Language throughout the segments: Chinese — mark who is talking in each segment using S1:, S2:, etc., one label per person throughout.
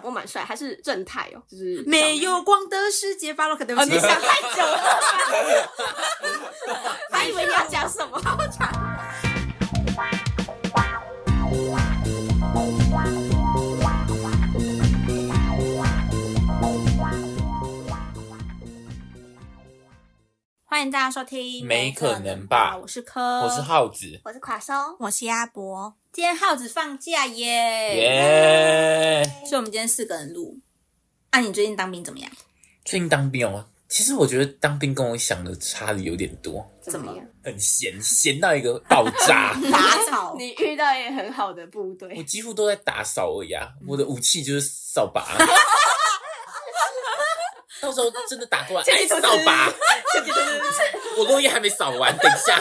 S1: 公蛮帅，他是正太哦，就是
S2: 没有光的世界，巴洛克，对不
S1: 呃，
S2: 起，
S1: 你想太久了，还以为你要讲什么，好长。
S2: 欢迎大家收听，
S3: 没可能吧
S2: 我是柯，
S1: 呃
S3: 我是耗子，
S1: 我是垮松，
S4: 我是鸭脖，
S2: 今天耗子放假耶，
S3: 耶！
S1: 哎
S2: 所以我们今天四个人录。啊，你最近当兵怎么样？。
S3: 最近当兵哦，其实我觉得当兵跟我想的差的有点多，
S1: 怎么样？
S3: 很闲，闲到一个爆炸
S2: 打草，
S1: 你遇到也很好的部
S3: 我
S1: 队，
S3: 几乎都在打扫而已啊，我的武器就是扫把。 到时候真的打过来，
S1: 前
S3: 哎，
S1: 面都是
S3: 扫把，我作业还没扫完，等一下。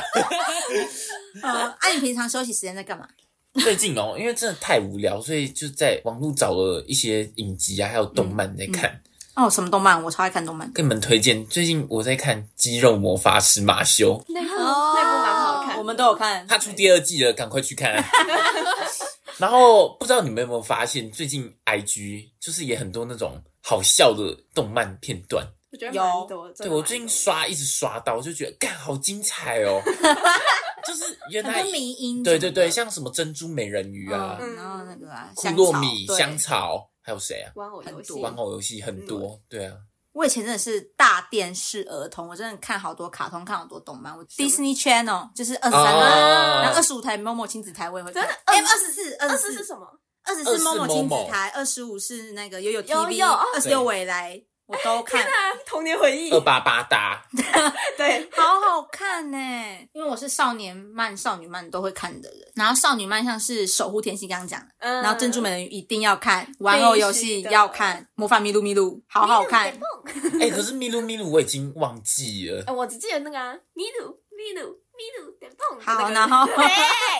S2: 呃，啊，你平常休息时间在干嘛？
S3: 最近哦，因为真的太无聊，所以就在网络找了一些影集啊，还有动漫在
S1: 嗯
S3: 看。
S2: 哦，什么动漫？我超爱看动漫。
S3: 跟你们推荐，最近我在看《肌肉魔法师马修》，
S1: 那部
S2: 哦，
S1: 那部蛮好看的，
S2: 我们都有看。
S3: 他出第二季了，赶快去看、 然后不知道你们有没有发现，最近 IG 就是也很多那种好笑的动漫片段。
S1: 我觉得
S2: 有
S1: 蛮多。真
S3: 对
S1: 的
S3: 我
S1: 蛮
S3: 最近
S1: 多
S3: 刷一直刷到，就觉得干好精彩哦，就是原
S2: 很
S3: 来
S2: 多迷音什么
S3: 对
S2: 的，
S3: 对对，像什么珍珠美人鱼啊、
S2: 嗯然后那个啊，
S3: 库
S2: 香
S3: 洛
S2: 草
S3: 米、
S2: 对
S3: 香草，还有谁啊？
S1: 玩偶游戏
S2: 很多
S3: 玩偶游戏很多，对啊，
S2: 我以前真的是大电视儿童，我真的看好多卡通，看好多动漫。我 Disney Channel 就是二十三
S3: 哦
S2: 台，然后二十五台 Momo 亲子台我也会看。
S1: 真的
S2: 哎，二十四，二
S1: 二
S2: 十
S1: 四是
S2: 四，
S1: 什么？
S2: 二十四
S3: 24
S2: Momo 亲子台，二十五是那个悠悠
S1: 悠
S2: TV，
S1: 悠哦
S2: 二十六未来我 都看，
S1: 啊， 童年回忆
S3: 二八八大，
S1: 对，
S2: 好好看呢。因为我是少年漫、少女漫都会看的人，然后少女漫像是守护甜心刚刚讲的。
S1: 嗯
S2: 然后珍珠美人鱼一定要看，玩偶游戏要看，魔法咪路咪路好好看，
S3: 哎、可是咪噜咪噜我已经忘记了，
S1: 哎，我只记得那个啊米鲁米鲁米鲁点碰。
S2: 好，
S1: 那
S2: 然
S1: 个
S2: 后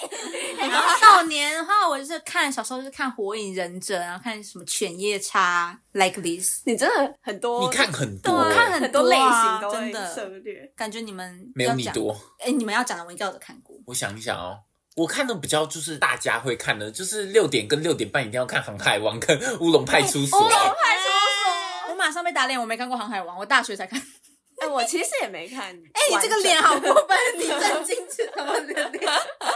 S1: 对
S2: 然后少年的话，我就是看小时候就是看《火影忍者》，然后看什么《犬夜叉》，Like This，
S1: 你真的很多，
S3: 你看很多、哎
S2: 我看
S1: 很
S2: 很
S1: 多
S2: 多
S1: 类
S2: 啊
S1: 型都会
S2: 真的
S1: 涉猎。
S2: 感觉你们
S3: 没有
S2: 要
S3: 你
S2: 讲。
S3: 多。
S2: 哎，你们要讲的我应该有都看过。
S3: 我想一想哦，我看的比较就是大家会看的，就是六点跟六点半一定要看《航海王》跟《乌龙派出所》
S1: 派出所，
S2: 我马上被打脸，我没看过《航海王》，我大学才看。哎，
S1: 哎，我其实也没看。哎，
S2: 你这个脸好过 分，你震惊是什么脸？。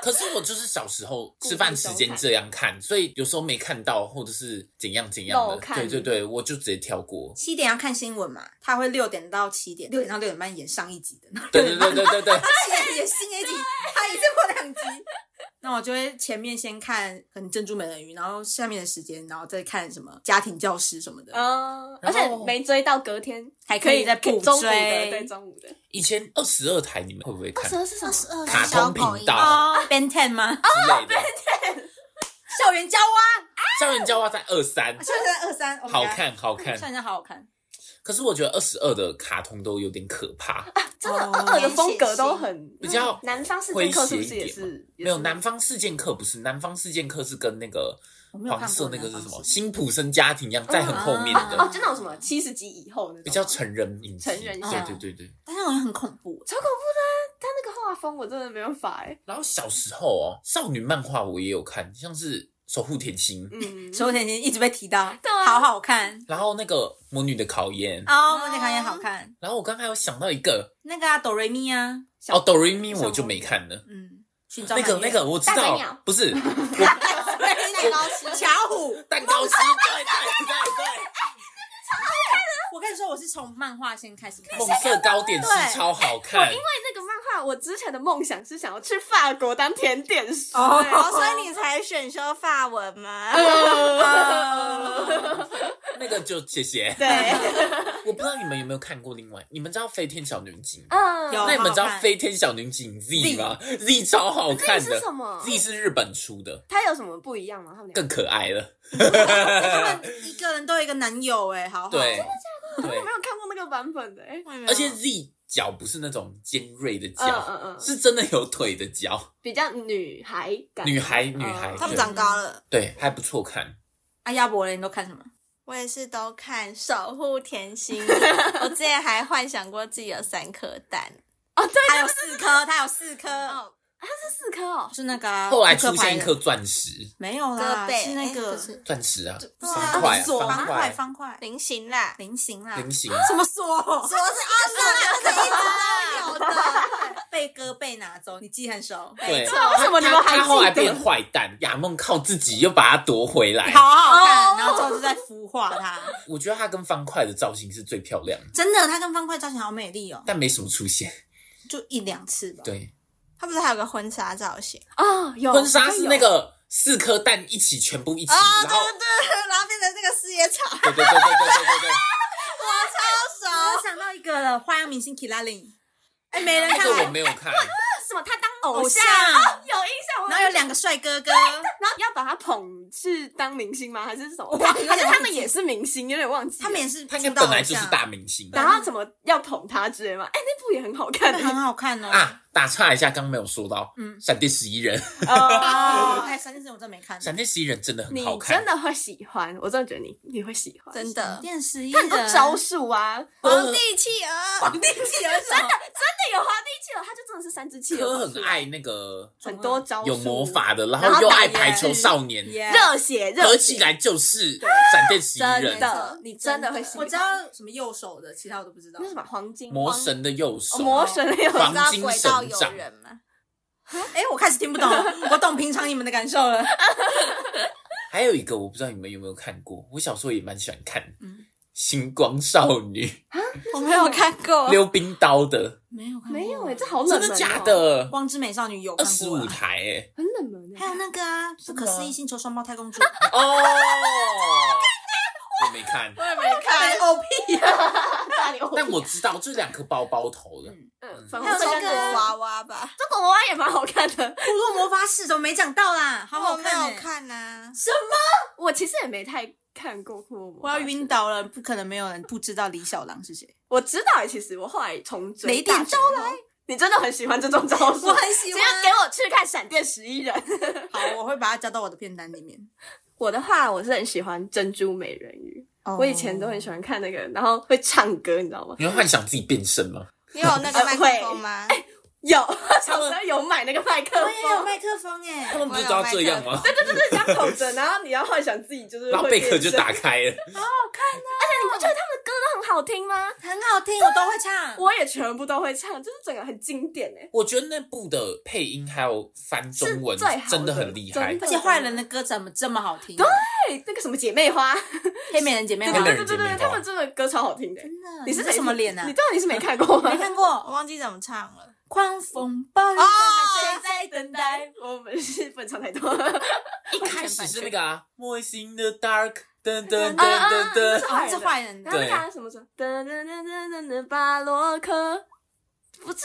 S3: 可是我就是小时候吃饭时间这样看，所以有时候没看到或者是怎样怎样
S1: 漏
S3: 的，
S1: 看
S3: 对对对，我就直接跳过
S2: 七点要看新闻嘛，他会六点到七点，六点到六点半演上一集的，然后
S3: 对对对对对对，
S2: 七点演新一集，他一次过两集。那我就会前面先看可能珍珠美人鱼，然后下面的时间，然后再看什么家庭教师什么的。
S1: 嗯，而
S3: 然
S1: 且
S3: 后
S1: 没追到隔天，
S2: 还
S1: 可
S2: 可以再补
S1: 中午的，
S2: 追
S1: 对中午的。
S3: 以前二十二台你们会不会看
S1: 二十二是什么？
S4: 是二
S3: 卡
S4: 十
S3: 通
S4: 小
S3: 频
S4: 狗一
S3: 道
S2: 哦，Ben Ten 吗？
S3: 之类的？
S2: 校园交蛙，
S3: 校园教化在二三，
S2: 校园交蛙二三，
S3: 好，看好
S2: 校
S3: 看。
S2: 园交蛙好好看。
S3: 可是我觉得二十二的卡通都有点可怕，
S1: 真的，
S2: 哦
S1: 二二的风格都很嗯
S3: 比较
S1: 南方四剑客是不是也是？也
S3: 诙
S1: 是
S3: 没有南方四剑客不是南方四剑客是跟那个
S2: 我没有看
S3: 黄
S2: 过
S3: 色那个是
S2: 南
S3: 什
S2: 方
S3: 么
S2: 四
S3: 辛普森家庭一样，在很后面
S2: 啊
S1: 哦
S3: 的，，
S1: 就那种什么七十集以后那种
S3: 比较成人影集，
S1: 成人嗯
S2: 向
S3: 对对对对。
S2: 但是好像很恐怖。
S1: 超恐怖的啊，他那个画风我真的没办法哎。
S3: 然后小时候哦，少女漫画我也有看，像是《守护甜心》，
S1: 嗯，
S3: 哦
S2: 守田心一直被提到，
S1: 对啊
S2: 好好看。
S3: 然后那个《魔女的考验》，
S2: 哦，我那看也好看。
S3: 然后我刚才有想到一个
S2: 那个啊，哆瑞咪啊，
S1: 小
S3: 哦，《哆瑞咪》我就没看了。
S2: 嗯，寻找
S3: 那个那个我知
S1: 大嘴
S3: 道
S1: 鸟，
S3: 不是我
S2: 蛋糕师 巧虎。
S3: 蛋糕师，对对对对。
S2: 我跟你说，我是从漫画先开始看
S3: 梦。色糕点师
S2: 对
S3: 超好看，
S1: 那个漫画，我之前的梦想是想要去法国当甜点师
S2: 哦 嗯
S1: 哎
S4: 哦，所以你才选修法文吗？哦
S3: 那个就谢谢。
S1: 对，
S3: 我不知道你们有没有看过另外，你们知道《飞天小女警》
S1: 嗯，
S2: 有
S3: 那你们知道
S2: 好好
S3: 《
S2: 看
S3: 飞天小女警 Z》吗？Z 超好看
S1: 是
S3: 的
S1: 什么？
S3: ，Z 是日本出的，
S1: 它有什么不一样吗？他们俩
S3: 更可爱了。
S4: 哎
S2: 他们一个人都有一个男友，哎，好好。
S3: 对，
S1: 我
S3: 对
S2: 啊
S1: 没，有看过那个版本的哎，
S4: 我也没有
S3: 而且 Z 脚不是那种尖锐的
S1: 嗯
S3: 脚，
S1: 嗯嗯，
S3: 是真的有腿的脚。
S1: 比较女孩感，哦
S3: 女孩女孩
S4: 他们
S3: 对
S4: 长高了，
S3: 对，还不错看。
S2: 嗯啊，亚伯嘞，你都看什么？
S4: 我也是都看《守护甜 心》， 我之前还幻想过自己有三颗蛋。
S1: 哦
S2: 他有四颗，他有四颗。
S4: 哦，是四颗哦，
S2: 是那个啊
S3: 后来
S2: 扑克
S3: 出
S2: 牌
S3: 现一
S2: 的
S3: 颗钻石，
S2: 没有
S4: 胳
S2: 啦，
S4: 贝
S2: 是那
S4: 哎
S2: 个
S4: 不是
S3: 钻石啊，
S4: 是啊
S3: 方块啊，
S2: 锁
S3: 方
S2: 块
S3: 块，
S2: 方块
S4: 菱形啦，
S2: 菱形啦，
S3: 菱形，
S2: 什么锁？
S4: 主要是二十两个一直都有 的，
S2: 被胳贝拿走，你记很熟。
S3: 对，
S2: 那为什么你们还
S3: 他后来
S2: 记得
S3: 变坏蛋，亚梦靠自己又把它夺回来。
S2: 好好看，
S4: 哦
S2: 然后之后就在孵化 它。
S3: 我觉得他跟方块的造型是最漂亮的，
S2: 真的，它跟方块造型好美丽哦，
S3: 但没什么出现。
S2: 就一两次吧。
S3: 对，
S4: 它不是还有个婚纱造型？
S1: 哦，有
S3: 婚纱是那个四颗蛋一起，全部一起，
S4: 哦，
S3: 然
S4: 对
S3: 后
S4: 对对，然后变成这个四叶草，
S3: 对对对对对对对对，
S4: 超
S2: 我想到一个了，花样明星 Kilalin，哎，没人
S3: 那
S2: 看
S3: 个我没有看，
S1: 什么，他当偶哦
S2: 偶像，
S1: 有印象，我
S2: 然后有两个帅哥哥，
S1: 然后要把他捧是当明星吗？还是什么？
S2: 忘了
S1: 还是他们也是明星，有点忘记了。
S2: 他们也是
S3: 他应该
S2: 出道
S3: 本来就是
S2: 偶像
S3: 大明星
S1: 然后怎么要捧他之类吗？哎，那部也很好看
S2: 那。很好看哦。
S3: 啊。打岔一下，刚刚没有说到，
S2: 嗯
S3: 闪电十一人，
S2: 哦，
S1: 哦，
S2: 哎，闪电十一我真没看，
S3: 闪电十一人真的很
S1: 你
S3: 好看
S1: 真，的会喜欢，我真的觉得你你会喜欢，
S4: 真
S2: 闪
S4: 的
S2: 电十一
S1: 他很多
S2: 人
S1: 招数啊，
S4: 皇帝企鹅，
S2: 皇帝企鹅什
S1: 真的
S2: 么？
S1: 真的有花地气了，他就真的是三只企鹅
S3: 哥
S1: 跑出
S3: 很
S1: 来，
S3: 爱那个
S1: 很多招数，
S3: 有魔法的，然
S1: 然
S3: 后
S1: 后
S3: 又
S1: 打
S3: 爱
S1: 人
S3: 排球少年，
S2: Yeah
S1: 热血热血
S3: 合起来就是闪电十一
S1: 真
S3: 人，
S1: 的，你真的会喜
S2: 我
S1: 欢。
S2: 知道什么右手的，其他我都不知道
S1: 那。是什么黄金
S3: 魔
S1: 黄
S3: 神的右
S1: 哦
S3: 手，
S1: 魔神的有
S3: 黄
S4: 你知道
S3: 金
S4: 轨道
S3: 神
S4: 有
S3: 掌
S4: 人吗？
S2: 哎，我开始听不懂，我懂平常你们的感受了。
S3: 还有一个我不知道你们有没有看过，我小时候也蛮喜欢看，
S2: 嗯
S3: 星光少女》
S4: 我没有看过，
S3: 溜冰刀的，
S2: 没有看过
S1: 没有哎，这好冷
S3: 真
S1: 门，
S3: 的假？的？
S2: 光之美少女有
S3: 二
S2: 看
S3: 十
S2: 过
S3: 五
S2: 啊，
S3: 台哎、
S1: 很冷门
S2: 还有
S1: 哎。
S2: 那个啊，不
S3: 真的
S2: 可
S3: 吗
S2: 思议星球双胞胎公主，
S3: 哦，我没看，
S4: 我也没看。
S2: O P 呀，
S1: 大牛
S3: 但我知道这两颗包包头的，
S1: 嗯，粉
S4: 还有
S1: 红色跟
S4: 那个
S1: 狗娃，
S4: 娃娃吧，
S1: 这狗娃娃也蛮好看的。
S2: 部落魔法使怎么没讲到啦？好好
S4: 我没
S2: 看欸
S4: 有，看呐。
S1: 我其实也没太看过库洛魔
S2: 我
S1: 法
S2: 要
S1: 使
S2: 晕，倒了，不可能没有人不知道李小狼是谁。
S1: 我知道哎，其实我后来重追
S2: 雷电
S1: 大学
S2: 招
S1: 后，你真的很喜欢这种招数，
S2: 我很喜
S1: 直
S2: 欢
S1: 接给我去看闪电十一人。
S2: 好，我会把它加到我的片单里面。
S1: 我的话，我是很喜欢珍珠美人鱼，
S2: 哦
S1: 我以前都很喜欢看那个，然后会唱歌，你知道吗？
S3: 你会幻想自己变身吗？
S4: 你有 那个麦克风吗？
S1: 有， 小时候有买那个麦克
S2: 我也有
S1: 风，
S2: 麦克风哎
S3: 他，们不是都要这样吗？
S1: 对对对，要捧着，然后你要幻想自己就是
S3: 然后
S1: 会
S3: 贝
S1: 变身，
S3: 壳就打开了，
S1: 你不觉得他们的歌都很好听吗？
S2: 很好听，我都会唱。
S1: 我也全部都会唱，就是整个很经典哎、
S3: 我觉得那部的配音还有翻中文
S1: 是最好的
S3: 真的很厉害
S1: 真，的
S2: 而且坏人的歌怎么这么好听？啊
S1: 对，哎那个什么姐妹花，
S2: 黑啊美人姐妹
S1: 对
S2: 花
S1: 对对
S3: 黑美人
S1: 对
S3: 姐妹
S1: 对，
S3: 花
S1: 他们真的歌超好听的、
S2: 真的，
S1: 你是
S2: 这
S1: 谁
S2: 什么脸啊
S1: 你？到底是没看过 吗？
S2: 没看过
S4: 我忘记怎么唱了。
S2: 狂风暴雨
S4: 哦
S2: 还在等待。
S1: 我们是本场太多，一
S3: 开始是那个啊，莫心的 dark，噔噔噔噔
S1: 啊
S3: 噔，
S2: 哦，是坏 人的
S1: 然。后那个啊什么什么，噔噔噔噔噔噔，巴洛克，不是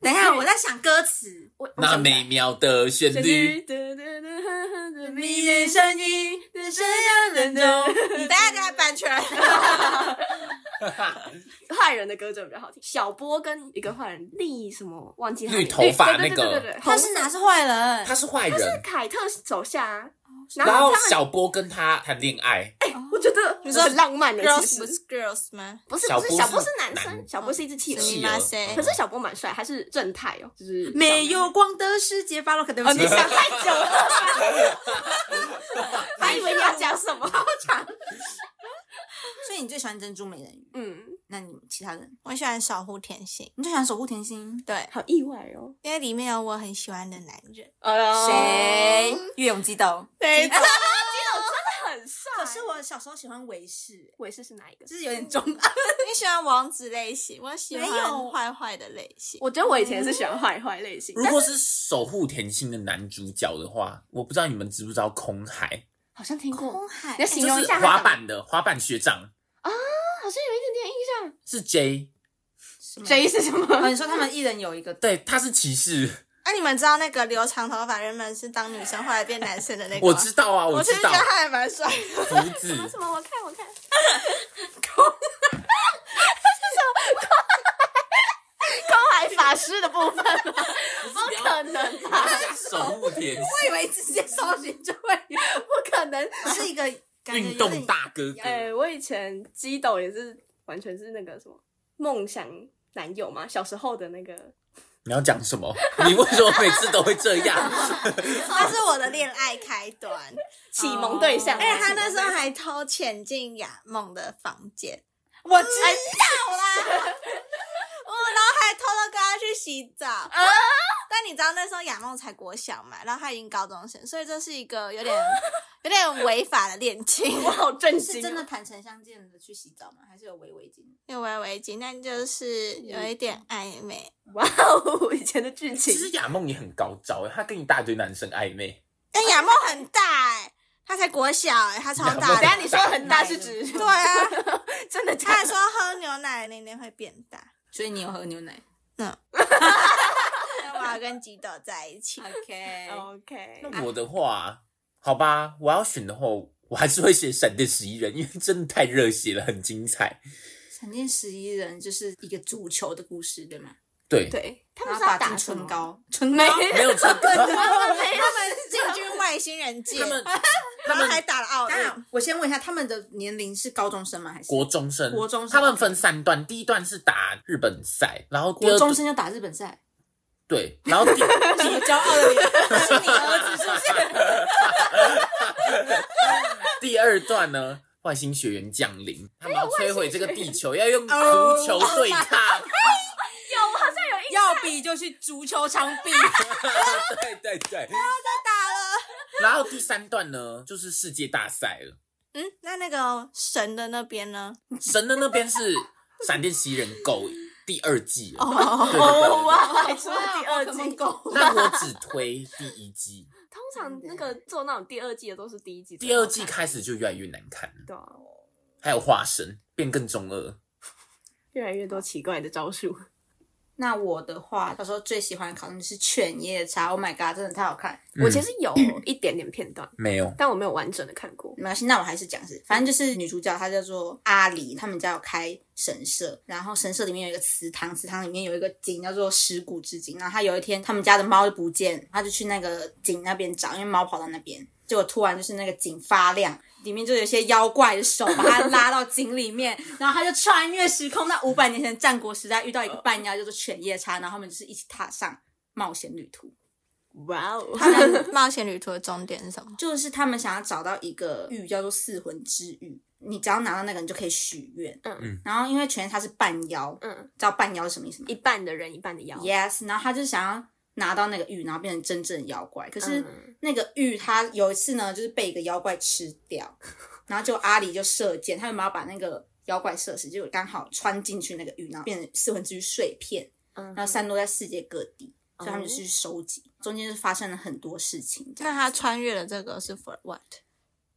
S1: 那个啊，
S2: 等一下，我在想歌词。
S1: 我我
S3: 那
S1: 想不起来
S3: 美妙的旋
S1: 旋
S3: 律，
S1: 律，噔噔噔噔噔
S2: 迷人声音，人生让人懂。
S4: 你等下等下版权，
S1: 坏人的歌真的比较好听。小波跟一个坏人，丽什么忘记他
S3: 绿头发那个
S1: 哎对对对对对对，
S2: 他是哪是坏人？
S3: 他是坏
S1: 他是
S3: 人，
S1: 凯特手下啊，然
S3: 然后
S1: 后他们
S3: 小波跟他谈恋爱，
S1: 我觉得
S4: 你说
S1: 很浪漫的，其
S4: girls 不
S1: 实
S4: 是 girls 吗？
S1: 不是
S3: 小
S1: 不是
S3: 波是
S1: 小波是男
S3: 男
S1: 生，小波是一只企
S3: 是
S1: 鹅。
S3: 企
S4: 你
S3: 鹅
S4: 妈谁
S1: 可？是小波蛮帅，他是正太哦，就是
S2: 没有光的世界，巴洛克，对不
S1: 哦，
S2: 起，
S1: 你 想太久 了，还以为你要讲什么。
S2: 所以你最喜欢珍珠美人鱼？
S1: 嗯，
S2: 那你其他人？
S4: 我喜欢守护甜心，
S2: 你最喜欢守护甜心？
S4: 对，
S1: 好意外哦。
S4: 因为里面有我很喜欢的男人。
S1: 哦
S2: 谁？月勇姬斗。
S4: 没错，
S1: 很帅。
S2: 可是我小时候喜欢维氏，
S1: 韦氏是哪一个？
S2: 就是有点中二。
S4: 你喜欢王子类型，我喜
S2: 没有
S4: 欢坏坏的类型。
S1: 我觉得我以前是喜欢坏坏类型，
S3: 如
S1: 但
S3: 果是守护甜心的男主角的话，我不知道你们知不知道空海，
S1: 好像听过，
S2: 空海
S1: 你要形
S3: 就
S1: 容一
S3: 是
S1: 下他
S3: 滑
S1: 长
S3: 板的滑板学长
S1: 得好像有一点点印象。
S3: 是 J，
S1: 谁是什
S2: 哦，
S1: 么？
S2: 你说他们一人有一个，
S3: 对，他是骑士，
S4: 哎、你们知道那个留长头发原本是当女生，后来变男生的那个吗？
S3: 我知道啊，
S4: 我
S3: 知
S4: 其实
S3: 道
S4: 觉得他还蛮帅的。
S3: 福子，
S1: 什么？我看我 看， 空海法师的部分吗？不可能吧？
S3: 守护甜心
S2: 我以为直接搜寻就会有，
S1: 不可能！
S2: 是一个感觉有
S3: 运
S2: 点
S3: 动大哥
S4: 嗯
S3: 哥，
S1: 哎，我以前基
S4: 哦
S1: 斗也是完全是那个什么梦想男友嘛，小时候的那个
S3: 你要讲什么？你为什么每次都会这样？
S4: 他是我的恋爱开 端，
S1: 启蒙对象，
S2: 哦
S4: 而且哎他那时候还偷潜进雅梦的房间，
S1: 我知
S4: 哎我然后还偷偷跟他去洗澡。
S1: 啊
S4: 但你知道那时候雅梦才国小嘛，然后他已经高中生，所以这是一个有点 有点违法的恋情。
S1: 我好震惊
S2: 是
S1: 哦，
S2: 真的坦诚相见的去洗澡吗？还是有围围巾？
S4: 略微违禁，但就是有一点暧昧。
S1: 哇哦，以前的剧
S3: 其
S1: 情
S3: 实亚梦也很高招，她跟一大堆男生暧昧。
S4: 但雅梦很大哎、他才国小哎、他超
S3: 雅
S4: 大
S3: 梦
S1: 等
S4: 的。
S1: 一下你说很大是指
S4: 对啊，
S1: 真的
S4: 他
S1: 假
S4: 还
S1: 的？
S4: 说喝牛奶年龄会变大。
S2: 所以你有喝牛奶
S4: 那我要跟吉斗在一
S1: 啊
S4: 起。
S2: ？OK，
S1: OK，
S3: 那我的话，好吧，我要选的话，我还是会写闪电十一人，因为真的太热血了，很精彩。
S2: 闪电十一人就是一个足球的故事，对吗？
S3: 对，
S1: 对，他
S2: 然
S1: 们
S2: 后
S1: 是要
S2: 打哦
S1: 打
S2: 进
S1: 什么
S2: 唇，膏，唇
S1: 没
S2: 膏。
S3: 没有这个，
S4: 他 们进军外星人界，
S3: 他们
S4: 然后还打了奥
S2: 当
S4: 运。
S2: 然，我先问一下，他们的年龄是高中生吗？还是
S3: 国中生，
S2: 国中生
S3: 他们分三段，第一段是打日本赛，然后第
S2: 国
S3: 二
S2: 中生就打日本 赛？
S3: 对，然 后第
S2: 什么骄傲的脸？是你儿子是不是？
S3: 第二段呢，外星学员降临，他们要摧毁这个地球，要用足球对抗。
S1: 有，我好像有印
S2: 要比就去足球场 比。
S3: 对对对，然后第三段呢，就是世界大赛了。
S4: 嗯，那那个神的那边 呢？
S3: 神的那边是闪电十一人 Go 第二季了，
S4: 哦，
S3: 对对对对
S1: 哇，还出了第二
S2: 怎
S1: 季
S2: 么。狗？
S3: 但我只推第一季，
S1: 通常那个做那种第二季的都是第一季，
S3: 第二季开始就越来越难看了。
S1: 对啊，
S3: 还有化身变更中二，
S1: 越来越多奇怪的招数。
S2: 那我的话，小时候最喜欢的卡通是《犬夜叉》，Oh my god，真的太好看。
S3: 嗯
S1: 我其实有一点点片段，
S3: 没有
S1: 但我没有完整的看过。
S2: 没关系，那我还是讲是，反正就是女主角她叫做阿里，他们家有开神社，然后神社里面有一个祠堂，祠堂里面有一个井叫做石骨之井，然后她有一天他们家的猫就不见，她就去那个井那边找，因为猫跑到那边，结果突然就是那个井发亮。里面就有一些妖怪的手把她拉到井里面，然后她就穿越时空到五百年前战国时代，遇到一个半妖叫做犬夜叉，然后他们就是一起踏上冒险旅途。
S1: 哇哦，
S4: 他们冒险旅途的终点是什么？
S2: 就是他们想要找到一个玉，叫做四魂之玉。你只要拿到那个，你就可以许愿。
S1: 嗯
S3: 嗯
S2: 然后因为全它是半妖，
S1: 嗯，
S2: 知道半妖是什么意思吗
S1: 一半的人一半的妖。
S2: ？Yes。然后他就想要拿到那个玉，然后变成真正的妖怪。可是
S1: 嗯
S2: 那个玉，它有一次呢，就是被一个妖怪吃 掉，然后就阿里就射箭，他有没有把那个妖怪射死？结果刚好穿进去那个玉，然后变成四魂之玉碎片，
S1: 嗯
S2: 然后散落在世界各地。所以他们就
S1: 哦
S2: 去收集，中间就是发生了很多事情。这
S4: 那
S2: 样
S4: 他穿越的这个是 for what？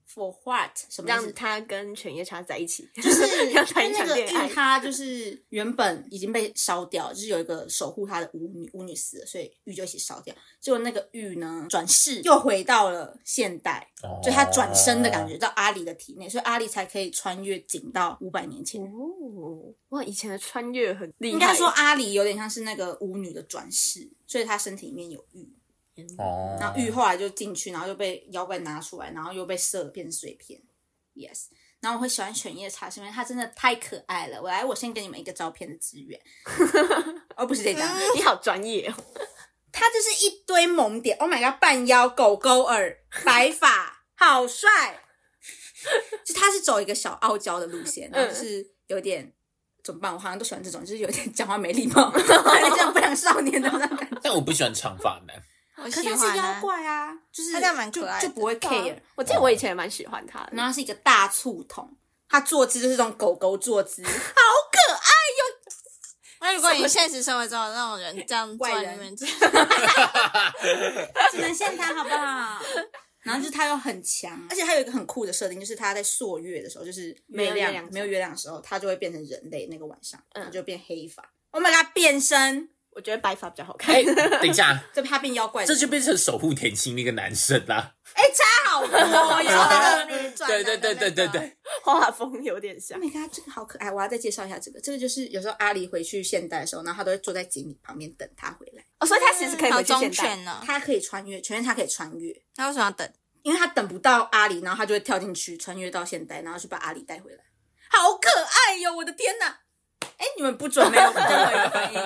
S2: for what 什么意思
S1: 让？他跟犬夜叉在一起，就
S2: 就 是
S1: 要谈一
S2: 那
S1: 场
S2: 个
S1: 恋爱
S2: 玉，。它就是原本已经被烧掉，就是有一个守护它的巫女，巫女死了，所以玉就一起烧掉。结果那个玉呢，转世又回到了现代，
S3: 哦
S2: 就他转身的感觉到阿里的体内，所以阿里才可以穿越井到五百年前。
S1: 哦，哇，以前的穿越很厉害。
S2: 应该说阿里有点像是那个巫女的转世，所以她身体里面有玉，
S3: 哦
S4: 嗯
S2: 然后玉后来就进去，然后又被妖怪拿出来，然后又被射变成碎片。Yes，然后我会喜欢犬夜叉，是因为它真的太可爱了。我来，我先给你们一个照片的资源，哦，不是这张，
S1: 你好专业哦，
S2: 它就是一堆萌点。Oh my god，半腰、狗狗耳、白发，好帅！就他是走一个小傲娇的路线，然后
S4: 嗯
S2: 就是有点。怎么办？我好像都喜欢这种，就是有点讲话没礼貌， 有点不良少年的那种感觉。
S3: 但我不喜欢长发男，
S4: 我
S2: 可
S4: 喜
S2: 是他是
S4: 欢
S2: 妖
S4: 啊。
S2: 怪啊，就是
S4: 他这样蛮可爱的啊
S2: 就，就不会 care。。
S1: 我记得我以前也蛮喜欢他的。
S2: 然后是一个大醋桶，它坐姿就是这种狗狗坐姿，好可爱。
S4: 那如果你现实生活中有那种人这样坐
S2: 怪
S4: 在
S2: 人
S4: 你 面
S2: 只能限它好不好？然后就是它又很强，而且它有一个很酷的设定，就是它在朔月的时候，就是
S1: 没有
S2: 月
S1: 月亮的时候
S2: 没有月亮的时候，它就会变成人类。那个晚上，
S1: 嗯
S2: 它就变黑发。Oh my god！变身，
S1: 我觉得白发比较好看
S3: 哎、。等一下，
S2: 就怕变妖怪的。
S3: 这就变成守护甜心那个男生 啦。
S2: 哎，差好多哟！
S3: 对对对对对，对，
S1: 画风有点
S2: Oh
S1: 像。
S2: my god！这个好可爱，我要再介绍一下这个。这个就是有时候阿离回去现代的时候，然后他都会坐在井里旁边等他回来。
S1: 哦，所以他其实可以
S4: 嗯好
S1: 回去
S4: 忠
S1: 现代。
S4: 犬呢？
S2: 他可以穿越，全他可以穿越。
S4: 他为什么要等？
S2: 因为他等不到阿里，然后他就会跳进去，穿越到现代，然后去把阿里带回来。好可爱哟！我的天哪，哎、你们不准没有跟我有 反应。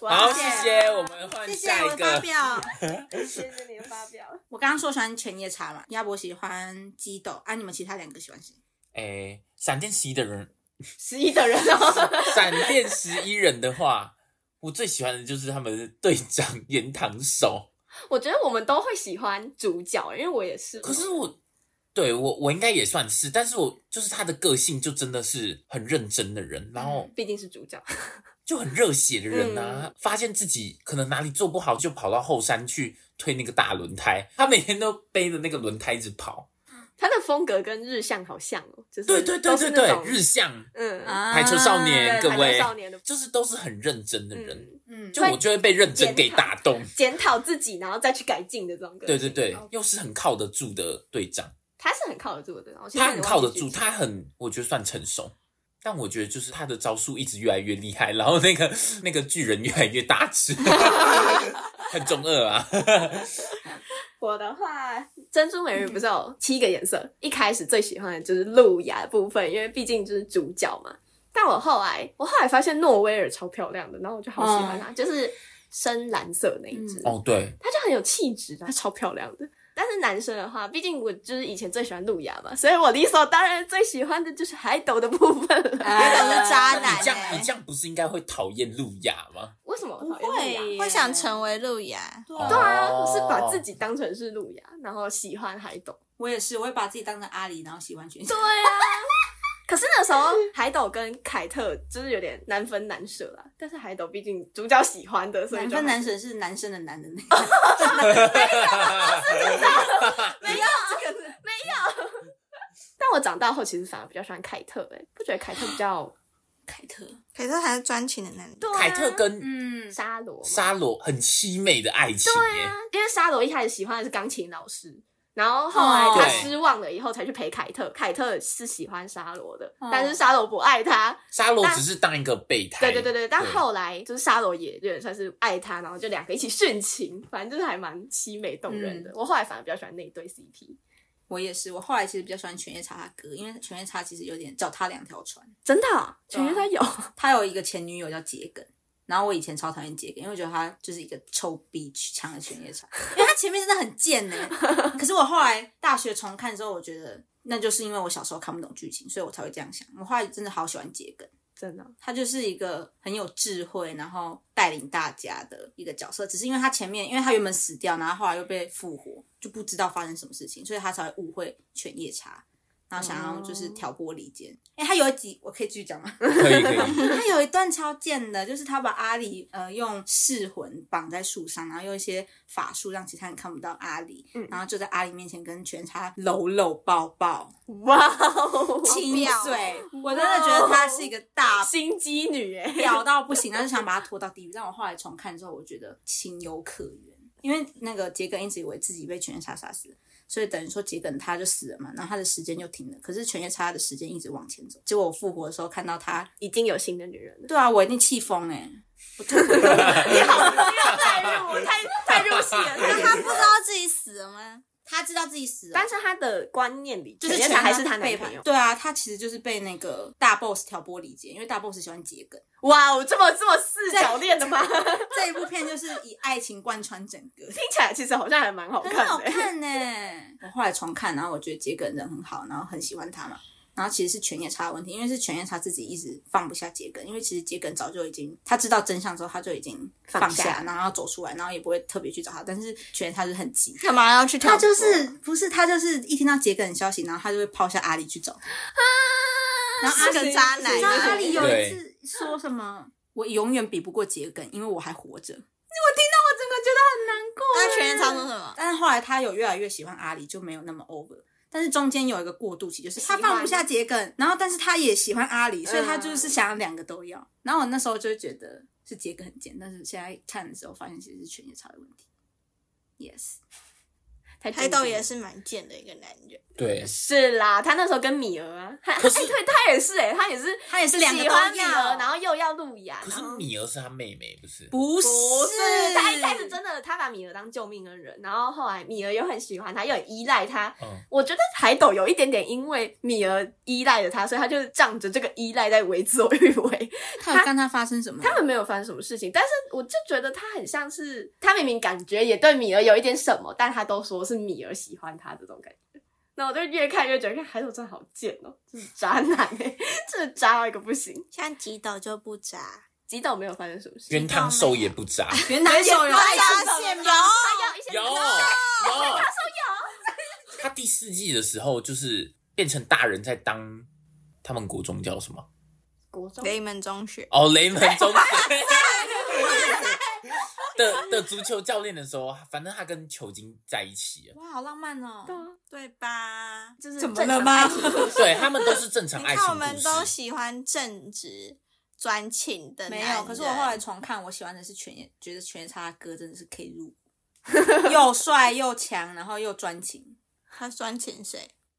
S3: 好，谢谢，我们换
S2: 谢谢
S3: 下
S2: 我
S3: 一
S2: 发
S3: 个。
S2: 表。
S1: 谢谢你的发表。
S2: 我刚刚说喜欢犬夜叉嘛，鸭脖喜欢鸡斗啊，你们其他两个喜欢谁？
S3: 哎，闪电十一的人，
S1: 十一的人哦，
S3: 闪电十一人的话，我最喜欢的就是他们的队长岩堂守。
S1: 我觉得我们都会喜欢主角，因为我也是。
S3: 可是我，对我我应该也算是，但是我就是他的个性就真的是很认真的人，然后
S1: 毕竟是主角，
S3: 就很热血的人啊，
S1: 嗯
S3: 发现自己可能哪里做不好，就跑到后山去推那个大轮胎。他每天都背着那个轮胎一直 跑。
S1: 他的风格跟日向好像哦，就是
S3: 对对对
S1: 都是
S3: 对
S1: 那
S3: 对
S1: 种，
S3: 日向
S1: 嗯
S2: 啊
S3: 排球少年
S1: 对
S3: 各
S1: 排球
S3: 位
S1: 少年的
S3: 就是都是很认真的人，
S1: 嗯
S2: 嗯，
S3: 就我就会被认真给打动。
S1: 检讨自己，然后再去改进的这种个
S3: 对
S1: 性。
S3: 对对
S1: 哦，
S3: 又是很靠得住的队长，
S1: 他是很靠得住的，我现在
S3: 他很靠得住，
S1: 有点忘记具体
S3: 他很我觉得算成熟。但我觉得就是他的招数一直越来越厉害，然后那个 那个巨人越来越大只， 很中 二啊。
S1: 我的话，珍珠美人鱼
S2: 嗯
S1: 不是有七个颜色？一开始最喜欢的就是露雅的部分，因为毕竟就是主角嘛。但我后来，我后来发现诺威尔超漂亮的，然后我就好喜欢她，
S2: 嗯
S1: 就是深蓝色那一只，
S3: 哦，对，
S1: 她就很有气质，她超漂亮的。但是男生的话，毕竟我就是以前最喜欢露雅嘛，所以我理所当然最喜欢的就是海斗的部分了。
S2: 啊
S4: 别总是渣
S3: 你
S4: 男
S3: 这样，你
S4: 欸，
S3: 这样不是应该会讨厌路亚吗？
S1: 为什么我
S2: 不
S1: 讨厌露
S2: 会
S1: 雅？
S2: 耶
S4: 会想成为路亚。
S2: 对
S1: 对
S2: 啊，
S1: 啊，
S3: 哦
S1: 我是把自己当成是露雅，然后喜欢海斗。
S2: 我也是，我会把自己当成阿里，然后喜欢犬夜叉
S1: 对。啊。 可是那时候海斗跟凯特就是有点难分难舍啦，但是海斗毕竟主角喜欢的，所以
S2: 难
S1: 就
S2: 分男神是男生的男的那个，
S1: 但我长大后其实反而比较喜欢凯特、欸，不觉得凯特比较
S2: 凯特。
S4: 凯特还是专情的男人，
S1: 对啊
S3: 凯特跟
S2: 嗯，
S1: 沙罗嘛
S3: 沙罗很凄美的爱情
S1: 对
S3: 耶
S1: 啊，，因为沙罗一开始喜欢的是钢琴老师，然后后来
S2: 哦
S1: 他失望了以后才去陪凯特，凯特是喜欢沙罗的，
S2: 哦
S1: 但是沙罗不爱他，
S3: 沙罗
S1: 但
S3: 只是当一个备胎。
S1: 对对对对，但后来就是沙罗也有点算是爱他，然后就两个一起殉情，反正就是还蛮凄美动人的。我后来反而比较喜欢那一对 CP，
S2: 我也是。我后来其实比较喜欢犬夜叉他哥，因为犬夜叉其实有点脚踏两条船。
S1: 真的啊，全员他有，
S2: 他有一个前女友叫桔梗，然后我以前超讨厌桔梗，因为我觉得他就是一个臭逼抢了犬夜叉，因为他前面真的很贱呢、可是我后来大学重看之后，我觉得那就是因为我小时候看不懂剧情，所以我才会这样想。我后来真的好喜欢桔梗。
S1: 真的啊
S2: 他就是一个很有智慧，然后带领大家的一个角色。只是因为他前面，因为他原本死掉，然后后来又被复活，就不知道发生什么事情，所以他才会误会犬夜叉，然后想要就是挑拨离间。哎、他有一集我可以继续讲吗？
S3: 可以 可以，
S2: 他有一段超贱的，就是他把阿里呃用噬魂绑在树上，然后用一些法术让其他人看不到阿里，
S1: 嗯
S2: 然后就在阿里面前跟犬夜叉搂搂抱抱
S1: 哇哦，
S2: 亲
S4: 妙哦
S2: 嘴。我真的觉得他是一个大
S1: 心机女哎、
S2: 屌到不行，他就想把他拖到地狱。但我后来重看之后，我觉得情有可原，因为那个桔梗一直以为自己被犬夜叉杀死，所以等于说桔梗他就死了嘛，然后他的时间就停了。可是犬夜叉的时间一直往前走，结果我复活的时候看到他，
S1: 已经有新的女人了。
S2: 对啊，我一定气疯哎、
S1: 你好，你好带入，我太太入戏
S4: 那
S1: 了。
S4: 他不知道自己死了吗？
S2: 他知道自己死了，
S1: 但是他的观念里，
S2: 就是
S1: 全
S2: 犬夜叉
S1: 还是他男
S2: 背
S1: 朋
S2: 叛
S1: 友。
S2: 对啊，他其实就是被那个大 boss 挑拨离间，因为大 boss 喜欢桔梗。
S1: 哇哦，这么这么四角恋的吗？听
S2: 这一部片就是以爱情贯穿整个。
S1: 起来其实好像还 蛮好看欸
S2: 很好
S1: 的、
S2: 看呢、我后来重看，然后我觉得桔梗人很好，然后很喜欢他嘛。然后其实是犬夜叉的问题，因为是犬夜叉自己一直放不下桔梗，因为其实桔梗早就已经他知道真相之后，他就已经放
S1: 放下
S2: 然后要走出来，然后也不会特别去找他。但是犬夜叉就是很急，
S4: 干嘛要去挑拨？
S2: 他就是不是他就是一听到桔梗的消息，然后他就会抛下阿里去找他。然后阿
S4: 是
S2: 里
S4: 个渣男
S2: 你知道啊阿里有一
S3: 对
S2: 次说什么？我永远比不过桔梗，因为我还活着。
S4: 那全员超说什么？
S2: 但是后来他有越来越喜欢阿里，就没有那么 over。但是中间有一个过渡期，就是他
S1: 喜欢
S2: 放不下桔梗，然后但是他也喜欢阿里，所以他就是想要两个都要。然后我那时候就会觉得是桔梗很贱，但是现在看的时候发现其实是犬夜叉的问题。Yes，
S1: 太震
S4: 海斗
S1: 惊
S4: 也
S1: 了
S4: 是蛮贱的一个男人，
S3: 对，
S1: 是啦，他那时候跟米儿啊，他
S3: 可是
S1: 哎对，他也是哎、他也是
S2: 他也是两个
S1: 喜
S2: 都
S1: 欢米儿，然
S2: 要，
S1: 后又要路亚，
S3: 可是
S1: 然后
S3: 米儿是他妹妹，不是？
S2: 不是
S1: 不是他一开始真的他把米儿当救命恩人，然后后来米儿又很喜欢他，又很依赖他。
S3: 嗯，
S1: 我觉得海斗有一点点因为米儿依赖着他，所以他就是仗着这个依赖在为所欲为。
S2: 他有跟他发生什么？
S1: 他们没有发生什么事情，但是我就觉得他很像是他明明感觉也对米儿有一点什么，但他都说是米儿喜欢他这种感觉。那我就越看越觉得，看海斗真的好贱哦，这是渣男哎、欸， 这渣到一个不行。
S4: 像吉斗就不渣，
S1: 吉斗没有发生什么事，
S3: 原汤瘦也不渣，
S2: 原来手有爱
S4: 他
S2: 情
S4: 发现有
S1: 他要一些
S3: 有有，他他第四季的时候就是变成大人在当他们国中叫什么？
S1: 国中
S4: 雷门中学
S3: 哦，雷门中学的的足球教练的时候，反正他跟球精在一起了。
S2: 哇，好浪漫哦！
S1: 对啊
S4: 对吧？
S1: 就是
S2: 怎么
S1: 正常
S2: 了吗
S1: 爱情故事
S3: 对他们都是正常
S4: 你
S3: 爱
S4: 看我
S3: 情
S4: 们
S3: 故
S4: 都
S3: 事，
S4: 喜欢正直专情的男
S2: 没
S4: 人，
S2: 有，可是我后来重看，我喜欢的是犬夜，觉得犬夜叉的歌真的是可以 入骨，又帅又强，然后又专情，
S4: 他专情谁？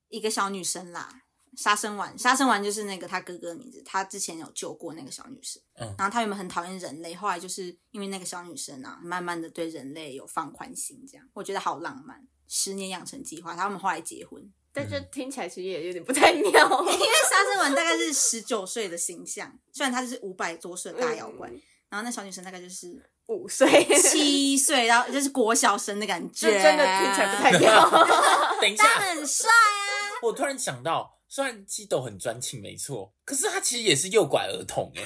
S2: 一个小女生啦。杀生丸，杀生丸就是那个他哥哥的名字，他之前有救过那个小女生，
S3: 嗯
S2: 然后他原本很讨厌人类，后来就是因为那个小女生啊，慢慢的对人类有放宽心，这样我觉得好浪漫。十年养成计划，他们后来结婚，
S1: 但就听起来其实也有点不太妙。
S2: 因为沙僧丸大概是十九岁的形象，虽然他就是五百多岁的 大妖怪，
S1: 嗯
S2: 然后那小女生大概就是
S1: 五岁，
S2: 七岁，然后就是国小生的感觉，
S1: 就真的听起来不太 妙。
S3: 等一下，
S2: 他很帅啊，
S3: 我突然想到，虽然基斗很专情没错，可是他其实也是诱拐儿童哎、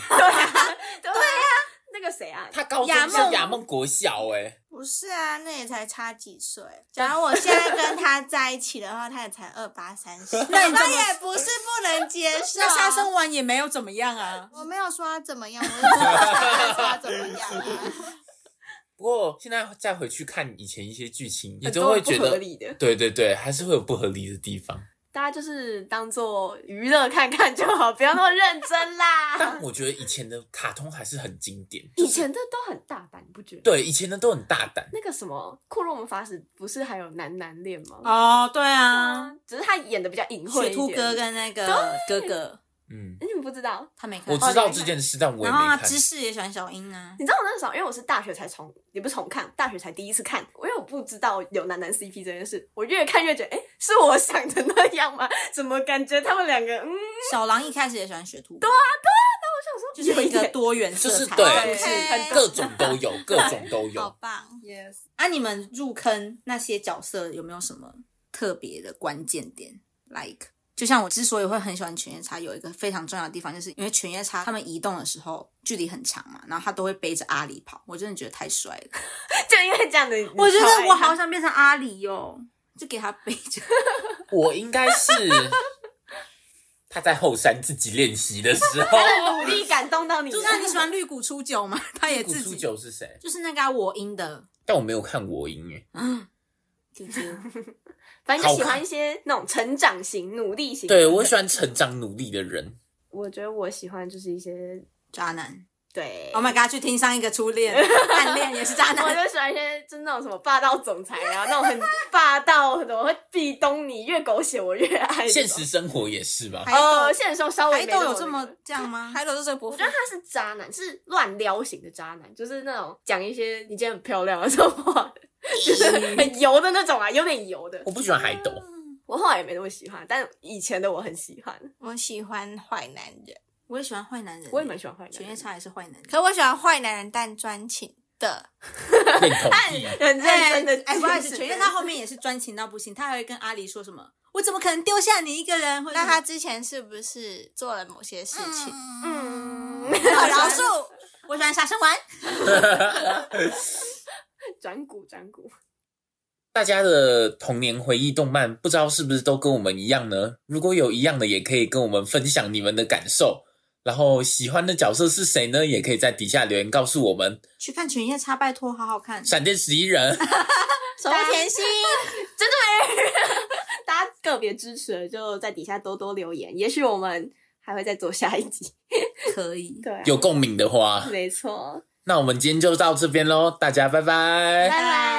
S1: 对呀，那个谁啊，
S3: 他高中
S2: 亚梦
S3: 是亚梦国小哎、
S4: 不是啊，那也才差几岁。假如我现在跟他在一起的话， 他也才二八三十，
S2: 那你怎么
S4: 也不是不能接受。啊
S2: 那沙僧丸也没有怎么样啊，
S4: 我没有说他怎么样，我是说他怎么样、啊。
S3: 不过现在再回去看以前一些剧情，也
S1: 很
S3: 都
S1: 多
S3: 会
S1: 不
S3: 觉
S1: 合
S3: 得，
S1: 理的，
S3: 对对对，还是会有不合理的地方。
S1: 大家就是当做娱乐看看就好，不要那么认真啦
S3: 但。我觉得以前的卡通还是很经典，
S1: 啊以前的都很大胆，你不觉得？
S3: 对以前的都很大胆。
S1: 那个什么库洛魔法使不是还有男男恋吗？
S2: 哦，对啊，
S1: 啊，只是他演的比较隐晦
S2: 雪
S1: 嗯一
S2: 兔
S1: 点。
S2: 哥跟那个哥哥，
S3: 嗯，
S1: 你们不知道？
S2: 他哦没看，
S3: 我知道这件事，但我也
S2: 然后
S3: 没
S2: 啊，
S3: 看
S2: 芝。士也喜欢小樱啊，
S1: 你知道我那时候，因为我是大学才重，也不是重看，大学才第一次看，因为我不知道有男男 CP 这件事，我越看越觉得，哎、是我想的那样吗？ 怎么感觉他们两个，嗯，
S2: 小狼一开始也喜欢雪兔，对，
S1: 我
S2: 就
S1: 想说
S2: 是一
S1: 点
S2: 个多元色
S3: 就是
S2: 彩，
S3: 对
S2: 不是
S4: 很
S3: 各种都有，各种都
S4: 好
S3: 有。
S4: 棒！
S2: Yes，啊，你们入坑那些角色有没有什么特别的关键点？Like，就像我之所以会很喜欢犬夜叉，有一个非常重要的地方，就是因为犬夜叉他们移动的时候距离很长嘛，然后他都会背着阿里跑，我真的觉得太帅了。
S1: 就因为这样的，
S2: 我觉得我好
S1: 像
S2: 想变成阿里哟、就给他背着。
S3: 我应该是 他在后山自己练习的时候。
S1: 努力感动到你了，
S2: 就像你喜欢绿谷出久吗？他也
S3: 古
S2: 自
S3: 初
S2: 己
S3: 九是谁？
S2: 就是那个啊我音的
S3: 但我没有看我音诶，
S2: QQ，
S1: 反正就喜欢一些那种成长型、努力型。
S3: 对我喜欢成长努力的人。
S1: 我觉得我喜欢就是一些
S2: 渣男。
S1: 对
S2: Oh my god，去听上一个初恋暗恋也是渣
S1: 我
S2: 男。
S1: 就喜欢一些就是那种什么霸道总裁啊，那种很霸道，怎么会壁咚你，越狗血我越爱。
S3: 现实生活也是吧？
S2: 还
S1: 呃，现实中稍微
S2: 海
S1: 没
S2: 斗有
S1: 那
S2: 这
S1: 么
S2: 么这样吗？
S4: 海斗就是不
S1: 我觉得他是渣男，是乱撩型的渣男，就是那种讲一些你今天很漂亮啊这种话， 就是很油的那种啊，有点油的
S3: 我。不喜欢海斗，
S1: 我后来也没那么喜欢，但以前的我很喜欢，
S4: 我喜欢坏男人，
S2: 我也喜欢坏男人，
S1: 我也蛮喜欢坏男人
S2: 犬夜叉也是坏男人。
S4: 可我喜欢坏男人但专情的。
S3: 恋童
S2: 哎
S3: 癖。
S1: 很认真的。
S2: 哎，不好意思，犬夜叉后面也是专情到不行，他还会跟阿离说什么：“我怎么可能丢下你一个人？”或者
S4: 那他之前是不是做了某些事情？
S1: 嗯，
S4: 我饶恕，
S2: 我喜欢杀生丸，
S1: 转骨转骨，
S3: 大家的童年回忆动漫，不知道是不是都跟我们一样呢？如果有一样的，也可以跟我们分享你们的感受。然后喜欢的角色是谁呢？也可以在底下留言告诉我们。
S2: 去看犬夜叉，拜托，好好看。
S3: 闪电十一人，
S4: 守护甜心，
S1: 大家个别支持的就在底下多多留言，也许我们还会再做下一集。
S2: 可以，
S1: 对、啊，
S3: 有共鸣的话，
S1: 没错，
S3: 那我们今天就到这边喽，大家拜拜
S1: 拜拜。